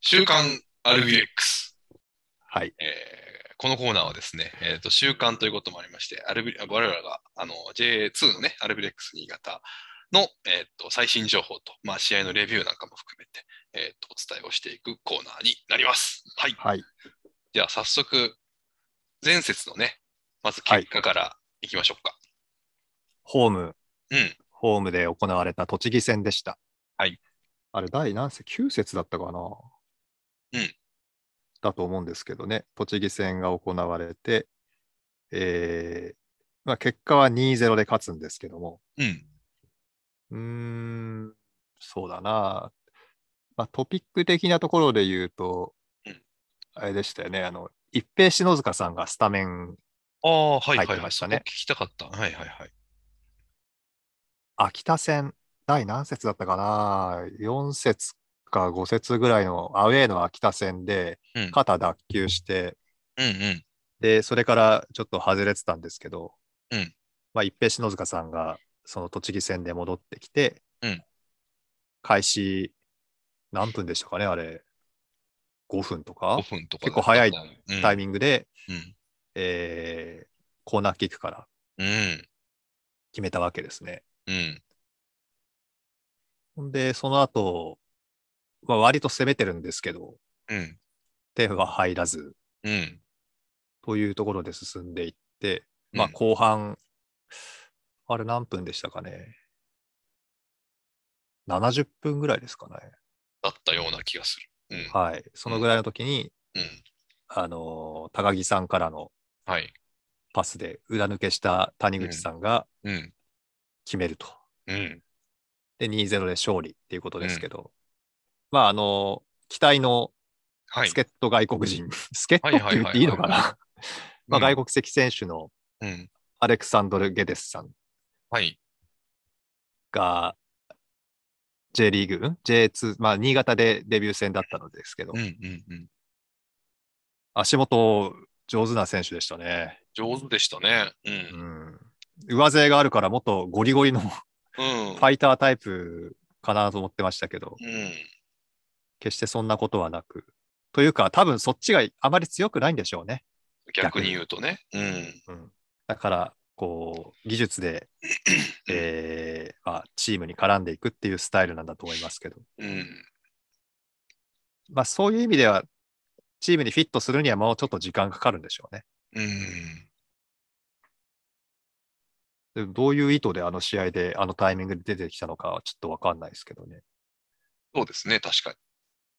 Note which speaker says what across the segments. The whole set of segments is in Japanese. Speaker 1: 週刊 RBX。
Speaker 2: はい。
Speaker 1: えーこのコーナーはですね、えー、と週間ということもありまして、アルビ我々があの J2 のね、アルビレックス新潟の、えー、と最新情報と、まあ、試合のレビューなんかも含めて、えー、とお伝えをしていくコーナーになります。はい。
Speaker 2: はい。
Speaker 1: じゃあ早速、前節のね、まず結果からいきましょうか。
Speaker 2: ホーム、
Speaker 1: うん。
Speaker 2: ホームで行われた栃木戦でした。
Speaker 1: はい。
Speaker 2: あれ、第何節 ?9 節だったかな
Speaker 1: うん。
Speaker 2: だと思うんですけどね、栃木戦が行われて、えーまあ、結果は2-0で勝つんですけども、
Speaker 1: うん。
Speaker 2: うーん、そうだな。まあ、トピック的なところで言うと
Speaker 1: うん、
Speaker 2: あれでしたよね。あの、一平篠塚さんがスタメン、
Speaker 1: ああ、はいはい
Speaker 2: 入って
Speaker 1: はい。
Speaker 2: まし
Speaker 1: そ
Speaker 2: た
Speaker 1: こ
Speaker 2: ね
Speaker 1: 聞きたかった。はいはいはい。
Speaker 2: 秋田戦、第何節だったかな ?4 節か5節ぐらいのアウェーの秋田戦で
Speaker 1: うん、
Speaker 2: 肩脱臼して、
Speaker 1: うんうん。
Speaker 2: で、それからちょっと外れてたんですけど、
Speaker 1: うん
Speaker 2: まあ、一平篠塚さんがその栃木戦で戻ってきて、
Speaker 1: うん
Speaker 2: 開始何分でしたかね、あれ。5分とか
Speaker 1: 5分とか
Speaker 2: 結構早い
Speaker 1: だったね
Speaker 2: タイミングで、
Speaker 1: うん。
Speaker 2: えーコーナーキックから
Speaker 1: うん。
Speaker 2: 決めたわけですね。
Speaker 1: うん。
Speaker 2: ほんで、その後、まあ、割と攻めてるんですけど、
Speaker 1: うん。
Speaker 2: 点は入らず
Speaker 1: うん。
Speaker 2: というところで進んでいって、まあ
Speaker 1: うん
Speaker 2: 後半、あれ何分でしたかね。70分ぐらいですかね。
Speaker 1: だったような気がする。うん。
Speaker 2: はい。そのぐらいの時に、
Speaker 1: うん。
Speaker 2: あのー高木さんからの
Speaker 1: はい。
Speaker 2: パスで裏抜けした谷口さんが
Speaker 1: うん。
Speaker 2: 決めると。
Speaker 1: うん。
Speaker 2: で、2-0で勝利っていうことですけど、まああのー期待の
Speaker 1: はい。
Speaker 2: 助っ人外国人、助っ人って言っていいのか
Speaker 1: はい
Speaker 2: なまあ外国籍選手の
Speaker 1: うん。
Speaker 2: アレクサンドル・ゲデスさん
Speaker 1: はい。
Speaker 2: が J リーグ、ん J2、まあ、新潟でデビュー戦だったのですけど、
Speaker 1: うんうんうん。
Speaker 2: 足元上手な選手でしたね。
Speaker 1: 上手でしたね。う。
Speaker 2: うんん、上背があるから、もっとゴリゴリの フ
Speaker 1: うん。
Speaker 2: ァイタータイプかなと思ってましたけど、
Speaker 1: うん。
Speaker 2: 決してそんなことはなく。というか、多分そっちがあまり強くないんでしょうね。
Speaker 1: 逆に言うとね。うん。
Speaker 2: うん、だから、こう、技 術で、えーまあ、チームに絡んでいくっていうスタイルなんだと思いますけど。
Speaker 1: うん。
Speaker 2: まあ、そういう意味では、チームにフィットするにはもうちょっと時間かかるんでしょうね。
Speaker 1: うん。
Speaker 2: でどういう意図であの試合で、あのタイミングで出てきたのかはちょっとわかんないですけどね。
Speaker 1: そうですね。確か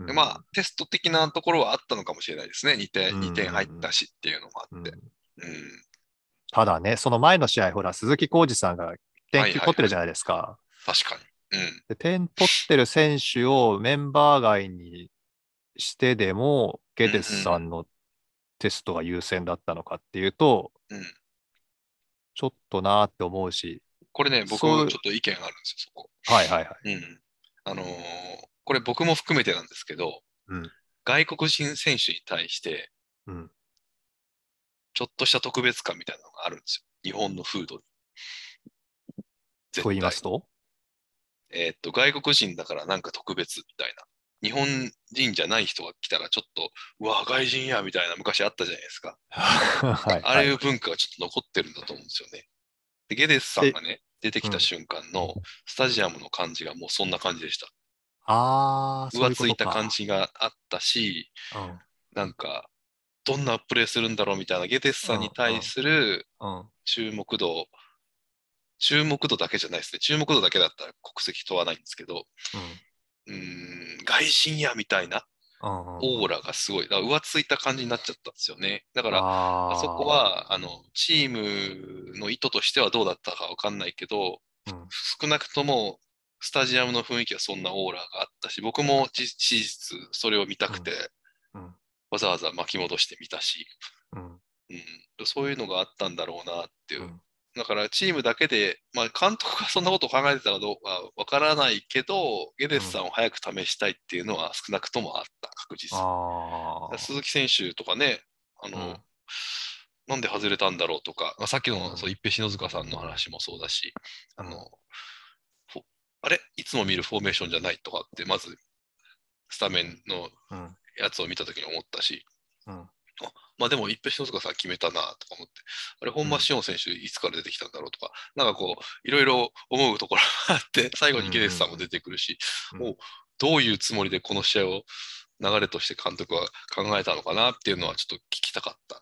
Speaker 2: うん
Speaker 1: に。まあ、テスト的なところはあったのかもしれないですね。2点、二点入ったしっていうのもあ
Speaker 2: う
Speaker 1: っ
Speaker 2: ん
Speaker 1: て。うん。
Speaker 2: ただね、その前の試合、ほら、鈴木浩二さんが点
Speaker 1: はいはい
Speaker 2: 球取ってるじゃないですか。
Speaker 1: 確かに。うん。
Speaker 2: で点取ってる選手をメンバー外にしてでも、ゲデスさんのテストが優先だったのかっていうと、
Speaker 1: うん
Speaker 2: ちょっとなーって思うし、
Speaker 1: これね、僕、ち
Speaker 2: そ
Speaker 1: ょっ
Speaker 2: う
Speaker 1: と意見があるんですよ、そこ。
Speaker 2: はいはいはい。
Speaker 1: うん。あのーこれ僕も含めてなんですけど、
Speaker 2: うん
Speaker 1: 外国人選手に対して、
Speaker 2: うん
Speaker 1: ちょっとした特別感みたいなのがあるんですよ。日本の風土に。絶対
Speaker 2: と言いますと
Speaker 1: えーっと、外国人だからなんか特別みたいな。日本人じゃない人が来たらちょっと、うわ、外人やみたいな昔あったじゃないですか。
Speaker 2: は
Speaker 1: あ
Speaker 2: い
Speaker 1: あ
Speaker 2: はい
Speaker 1: いう文化がちょっと残ってるんだと思うんですよね。で、ゲデスさんがね、出てきた瞬間のスタジアムの感じがもうそんな感じでした。
Speaker 2: あー、そう
Speaker 1: 浮
Speaker 2: うこ
Speaker 1: つ
Speaker 2: と
Speaker 1: いた
Speaker 2: か
Speaker 1: 感。じがあったし、なんか、どんなプレーするんだろうみたいな、ゲテスさんに対する
Speaker 2: うん。うん
Speaker 1: 注目度、注目度だけじゃないですね。注目度だけだったら国籍問わないんですけど、うーん、外人やみたいな
Speaker 2: うんうん
Speaker 1: オーラがすごい、だから浮ついた感じになっちゃったんですよね。だから、
Speaker 2: あ
Speaker 1: あ
Speaker 2: ー
Speaker 1: そこ、は、あの、チームの意図としてはどうだったかわかんないけど、
Speaker 2: うん
Speaker 1: 少なくともスタジアムの雰囲気はそんなオーラがあったし、僕も事事実、それを見たくて、
Speaker 2: うんうん
Speaker 1: わざわざ巻き戻してみたし、
Speaker 2: うん
Speaker 1: うん、そういうのがあったんだろうなっていう。
Speaker 2: うん
Speaker 1: だからチームだけで、まあ、監督がそんなことを考えてたかどうかわからないけど、ゲデスさんを早く試したいっていうのは少なくともあった、確実に。
Speaker 2: あー
Speaker 1: 鈴木選手とかね、あの、
Speaker 2: うん
Speaker 1: なんで外れたんだろうとか、まあさっきの、
Speaker 2: うん
Speaker 1: そう一平篠塚さんの話もそうだし、あ
Speaker 2: う
Speaker 1: の
Speaker 2: ん、
Speaker 1: フォあれいつも見るフォーメーションじゃないとかって、まずスタメンの
Speaker 2: うん。
Speaker 1: やつを見たときに思ったし、
Speaker 2: うん
Speaker 1: まあでも一平篠塚さん決めたなとか思って、あれ、本間紫音選手いつから出てきたんだろうとか、なんかこう、いろいろ思うところがあって、最後にゲネスさんも出てくるし、
Speaker 2: うんうん
Speaker 1: もうどういうつもりでこの試合を流れとして監督は考えたのかなっていうのはちょっと聞きたかった。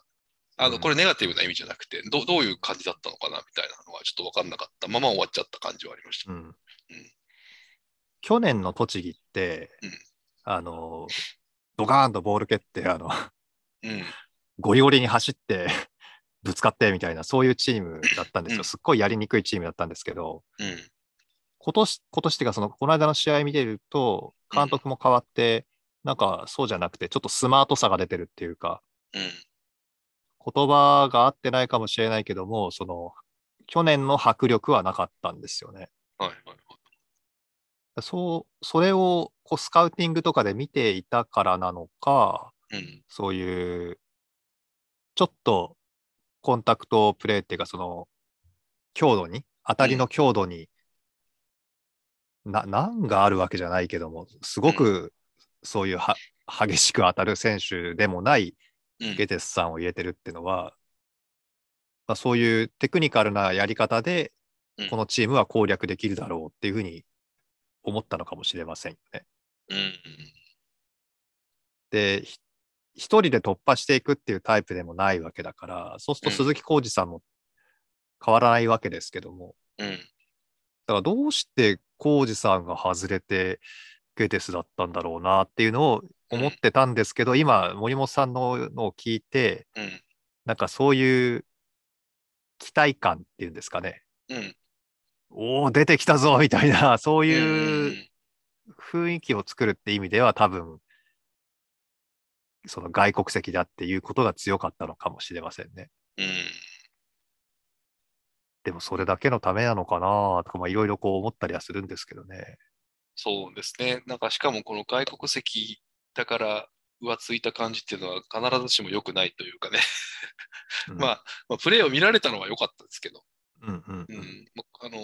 Speaker 1: あ
Speaker 2: う
Speaker 1: の、
Speaker 2: ん
Speaker 1: これネガティブな意味じゃなくて、どどういう感じだったのかなみたいなのはちょっと分かんなかったまま終わっちゃった感じはありました。
Speaker 2: うん去年の栃木って、
Speaker 1: うん
Speaker 2: あの、ドカーンとボール蹴って、あの、
Speaker 1: うん。
Speaker 2: ゴリゴリに走って、ぶつかってみたいな、そういうチームだったんです
Speaker 1: う
Speaker 2: よ。
Speaker 1: ん
Speaker 2: すっごいやりにくいチームだったんですけど、
Speaker 1: うん。
Speaker 2: 今年、今年っていうか、その、この間の試合見てると、監督も変わって、なんかそうじゃなくて、ちょっとスマートさが出てるっていうか、
Speaker 1: うん。
Speaker 2: 言葉が合ってないかもしれないけども、その、去年の迫力はなかったんですよね。
Speaker 1: はいはいはい。
Speaker 2: そう、それをこうスカウティングとかで見ていたからなのか、
Speaker 1: うん。
Speaker 2: そういう、ちょっとコンタクトプレーっていうか、その、強度に、当たりの強度に、な、難があるわけじゃないけども、すごくそういうは激しく当たる選手でもない
Speaker 1: うん
Speaker 2: ゲテスさんを入れてるっていうのは、まあ、そういうテクニカルなやり方で
Speaker 1: うん、
Speaker 2: このチームは攻略できるだろうっていうふうに思ったのかもしれませんよね。
Speaker 1: うん。うん
Speaker 2: で、ひ一人で突破していくっていうタイプでもないわけだから、そうすると鈴木浩二さんも変わらないわけですけども、
Speaker 1: うん。
Speaker 2: だからどうして浩二さんが外れて、ゲテスだったんだろうなっていうのを思ってたんですけど、今、森本さんののを聞いて、
Speaker 1: うん。
Speaker 2: なんかそういう期待感っていうんですかね、
Speaker 1: うん。
Speaker 2: おお、出てきたぞみたいな、そう
Speaker 1: う。
Speaker 2: いうん雰囲気を作るって意味では多分その外国籍だっていうことが強かったのかもしれませんね。
Speaker 1: うん。
Speaker 2: でもそれだけのためなのかなとかまあいろいろこう思ったりはするんですけどね。
Speaker 1: そうですね。なんかしかもこの外国籍だから浮ついた感じっていうのは必ずしも良くないというかね、
Speaker 2: うん
Speaker 1: まあ、まあプレーを見られたのは良かったですけど、
Speaker 2: うんうん
Speaker 1: う
Speaker 2: うんん
Speaker 1: まああの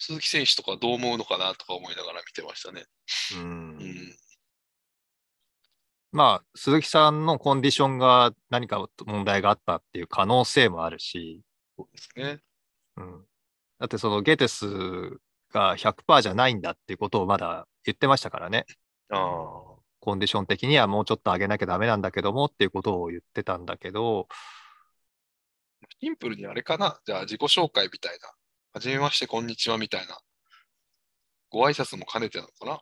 Speaker 1: 鈴木選手とかどう思うのかなとか思いながら見てましたね。
Speaker 2: うん
Speaker 1: うん、
Speaker 2: まあ鈴木さんのコンディションが何か問題があったっていう可能性もあるし、
Speaker 1: そうですね。
Speaker 2: うん、だってそのゲテスが100%じゃないんだっていうことをまだ言ってましたからね。
Speaker 1: ああ、
Speaker 2: コンディション的にはもうちょっと上げなきゃダメなんだけどもっていうことを言ってたんだけど、
Speaker 1: シンプルにあれかな。じゃあ自己紹介みたいな。はじめまして、こんにちはみたいな。ご挨拶も兼ねてなのかな、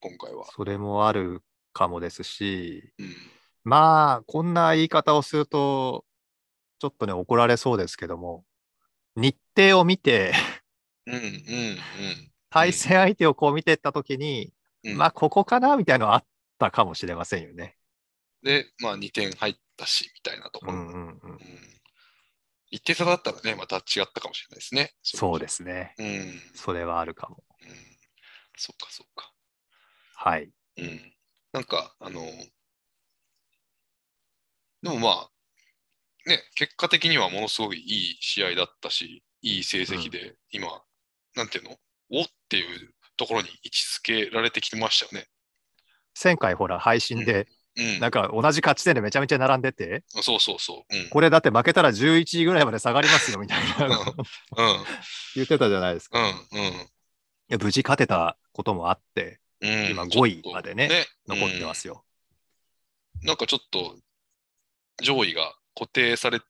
Speaker 1: 今回は。
Speaker 2: それもあるかもですし、
Speaker 1: うん、
Speaker 2: まあ、こんな言い方をすると、ちょっとね、怒られそうですけども、日程を見て、
Speaker 1: うん、うん、うん。
Speaker 2: 対戦相手をこう見てったときに、
Speaker 1: うん
Speaker 2: まあ、ここかなみたいなのあったかもしれませんよね。
Speaker 1: で、まあ2点入ったし、みたいなとこ
Speaker 2: う
Speaker 1: ろ。
Speaker 2: んうんうん
Speaker 1: う、ん一定差だったらね、また違ったかもしれないですね。。
Speaker 2: そうですすね。
Speaker 1: うん。うん、
Speaker 2: それはあるかも。
Speaker 1: そうか、そうか。
Speaker 2: はい。
Speaker 1: うん。なんか、あの、でもまあ、ね、結果的にはものすごいいい試合だったし、いい成績で、今、なんていうのおっていうところに位置づけられてきてましたよね。
Speaker 2: 前回ほら、配信で、
Speaker 1: うん。
Speaker 2: なんか同じ勝ち点でめちゃめちゃ並んでて、
Speaker 1: そうそうそう。うん。
Speaker 2: これだって負けたら11位ぐらいまで下がりますよみたいな
Speaker 1: うん。
Speaker 2: 言ってたじゃないですか。
Speaker 1: う
Speaker 2: い
Speaker 1: ん。うん。
Speaker 2: や無事勝てたこともあって、
Speaker 1: うん、
Speaker 2: 今
Speaker 1: ちょっ
Speaker 2: 5位
Speaker 1: と
Speaker 2: までね残ってますよ。
Speaker 1: なんかちょっと上位が固定され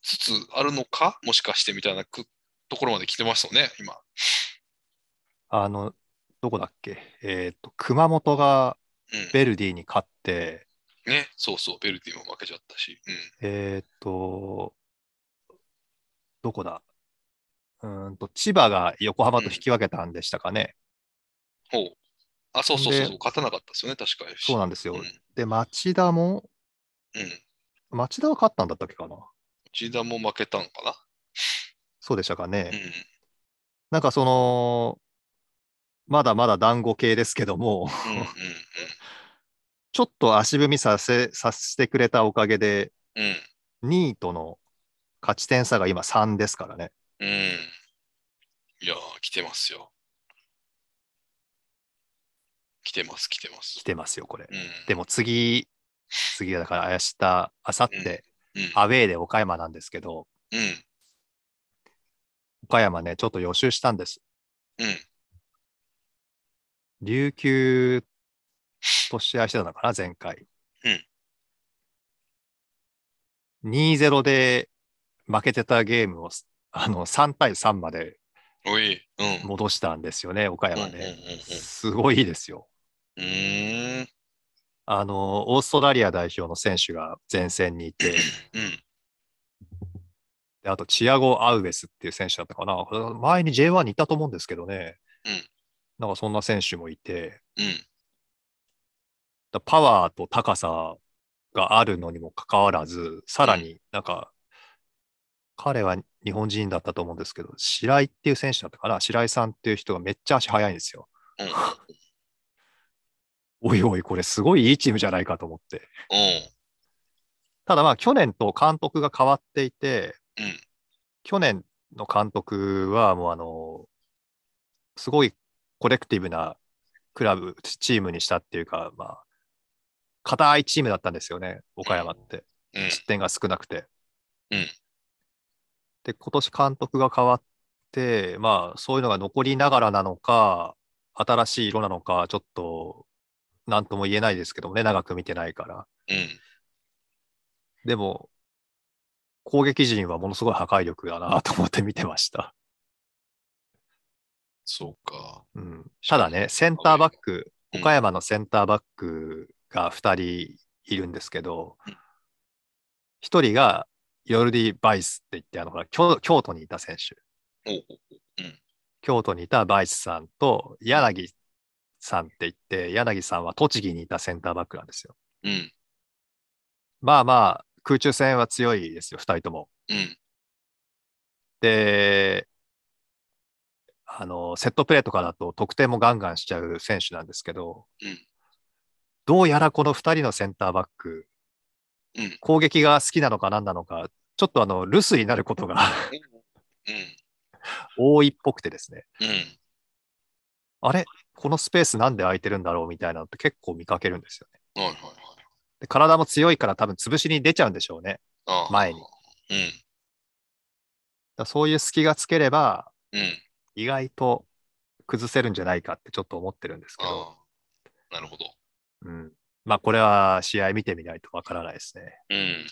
Speaker 1: つつあるのか、もしかしてみたいなくところまで来てますよね、今。
Speaker 2: あの、どこだっけえっ、と、熊本が
Speaker 1: うん、
Speaker 2: ベルディに勝って、
Speaker 1: ね、そうそう、ベルディも負けちゃったし。
Speaker 2: えっ、と、どこだうーんと、千葉が横浜と引き分けたんでしたかね。
Speaker 1: うん、ほう。あ、そうそうそうそう
Speaker 2: で、
Speaker 1: 勝たなかったですよね、確かに。
Speaker 2: そうなんですよ。
Speaker 1: うん
Speaker 2: で、町田も、
Speaker 1: うん。
Speaker 2: 町田は勝ったんだったっけかな
Speaker 1: 内田も負けたのか
Speaker 2: そうでしたかね。
Speaker 1: な。うん。
Speaker 2: なんかその、まだまだ団子系ですけども、
Speaker 1: うんうん
Speaker 2: ちょっと足踏みさせ、させてくれたおかげで、
Speaker 1: うん。うん。
Speaker 2: 2位との勝ち点差が今3ですからね。
Speaker 1: うん。いやー、来てますよ。来てます、来てます。
Speaker 2: 来てますよ、これ。
Speaker 1: うん、
Speaker 2: でも次、次だから明日、明後日、
Speaker 1: うん、
Speaker 2: アウェーで岡山なんですけど、
Speaker 1: うん、
Speaker 2: 岡山ね、ちょっと予習したんです。
Speaker 1: うん。
Speaker 2: 琉球と試合してたのかな、前回。2-0で負けてたゲームをすあの3対3まで
Speaker 1: おい、うん。
Speaker 2: 戻したんですよね、岡
Speaker 1: うん、う
Speaker 2: 山
Speaker 1: ん、うん
Speaker 2: ね。すごいいいですよ。
Speaker 1: うん。うーん、
Speaker 2: あの、オーストラリア代表の選手が前線にいて、
Speaker 1: うん。
Speaker 2: であとチアゴ・アウベスっていう選手だったかな。これ前に J1 にいたと思うんですけどね。
Speaker 1: うん
Speaker 2: なんかそんな選手もいて、
Speaker 1: うん、
Speaker 2: だパワーと高さがあるのにもかかわらず、さらになんか、彼は日本人だったと思うんですけど、白井っていう選手だったかな、白井さんっていう人がめっちゃ足速いんですよ。
Speaker 1: うん
Speaker 2: おいおい、これすごいいいチームじゃないかと思って。ただまあ、去年と監督が変わっていて、
Speaker 1: うん
Speaker 2: 去年の監督はもうあの、すごいコレクティブなクラブ、チームにしたっていうか、まあ、硬いチームだったんですよね、岡山って。
Speaker 1: うん、
Speaker 2: 失点が少なくて。
Speaker 1: うん
Speaker 2: で、今年監督が変わって、まあ、そういうのが残りながらなのか、新しい色なのか、ちょっと、なんとも言えないですけどもね、長く見てないから。
Speaker 1: うん。
Speaker 2: でも、攻撃陣はものすごい破壊力だなと思って見てました。
Speaker 1: そうか。
Speaker 2: うん、ただね、センターバック、岡山のセンターバックが2人いるんですけど
Speaker 1: うん、
Speaker 2: 1人がヨルディ・バイスって言って、あのほら京京都にいた選手、
Speaker 1: おうおう
Speaker 2: 京都にいたバイスさんと柳さんって言って、柳さんは栃木にいたセンターバックなんですよ。
Speaker 1: うん、
Speaker 2: まあまあ、空中戦は強いですよ、2人とも。
Speaker 1: うん、
Speaker 2: で、あの、セットプレーとかだと得点もガンガンしちゃう選手なんですけど、
Speaker 1: うん
Speaker 2: どうやらこの2人のセンターバック、
Speaker 1: うん
Speaker 2: 攻撃が好きなのか何なのか、ちょっとあの、留守になることが
Speaker 1: うん、
Speaker 2: 多いっぽくてですね、
Speaker 1: うん。
Speaker 2: あれこのスペースなんで空いてるんだろうみたいなのって結構見かけるんですよね。
Speaker 1: はいはいはい。
Speaker 2: で体も強いから多分潰しに出ちゃうんでしょうね。
Speaker 1: ああ
Speaker 2: 前に。
Speaker 1: うん、
Speaker 2: だからそういう隙がつければ、
Speaker 1: うん。
Speaker 2: 意外と崩せるんじゃないかってちょっと思ってるんですけど。
Speaker 1: ああ。なるほど。
Speaker 2: うん。まあ、これは試合見てみないとわからないですね。
Speaker 1: うん。